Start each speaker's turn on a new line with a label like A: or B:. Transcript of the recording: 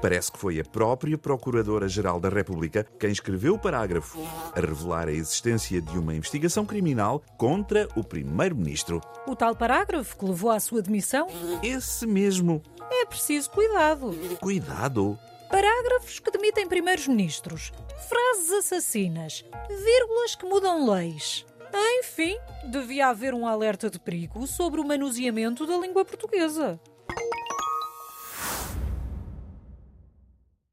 A: Parece que foi a própria Procuradora-Geral da República quem escreveu o parágrafo a revelar a existência de uma investigação criminal contra o Primeiro-Ministro.
B: O tal parágrafo que levou à sua demissão?
A: Esse mesmo.
B: É preciso cuidado.
A: Cuidado!
B: Parágrafos que demitem primeiros-ministros, frases assassinas, vírgulas que mudam leis. Enfim, devia haver um alerta de perigo sobre o manuseamento da língua portuguesa.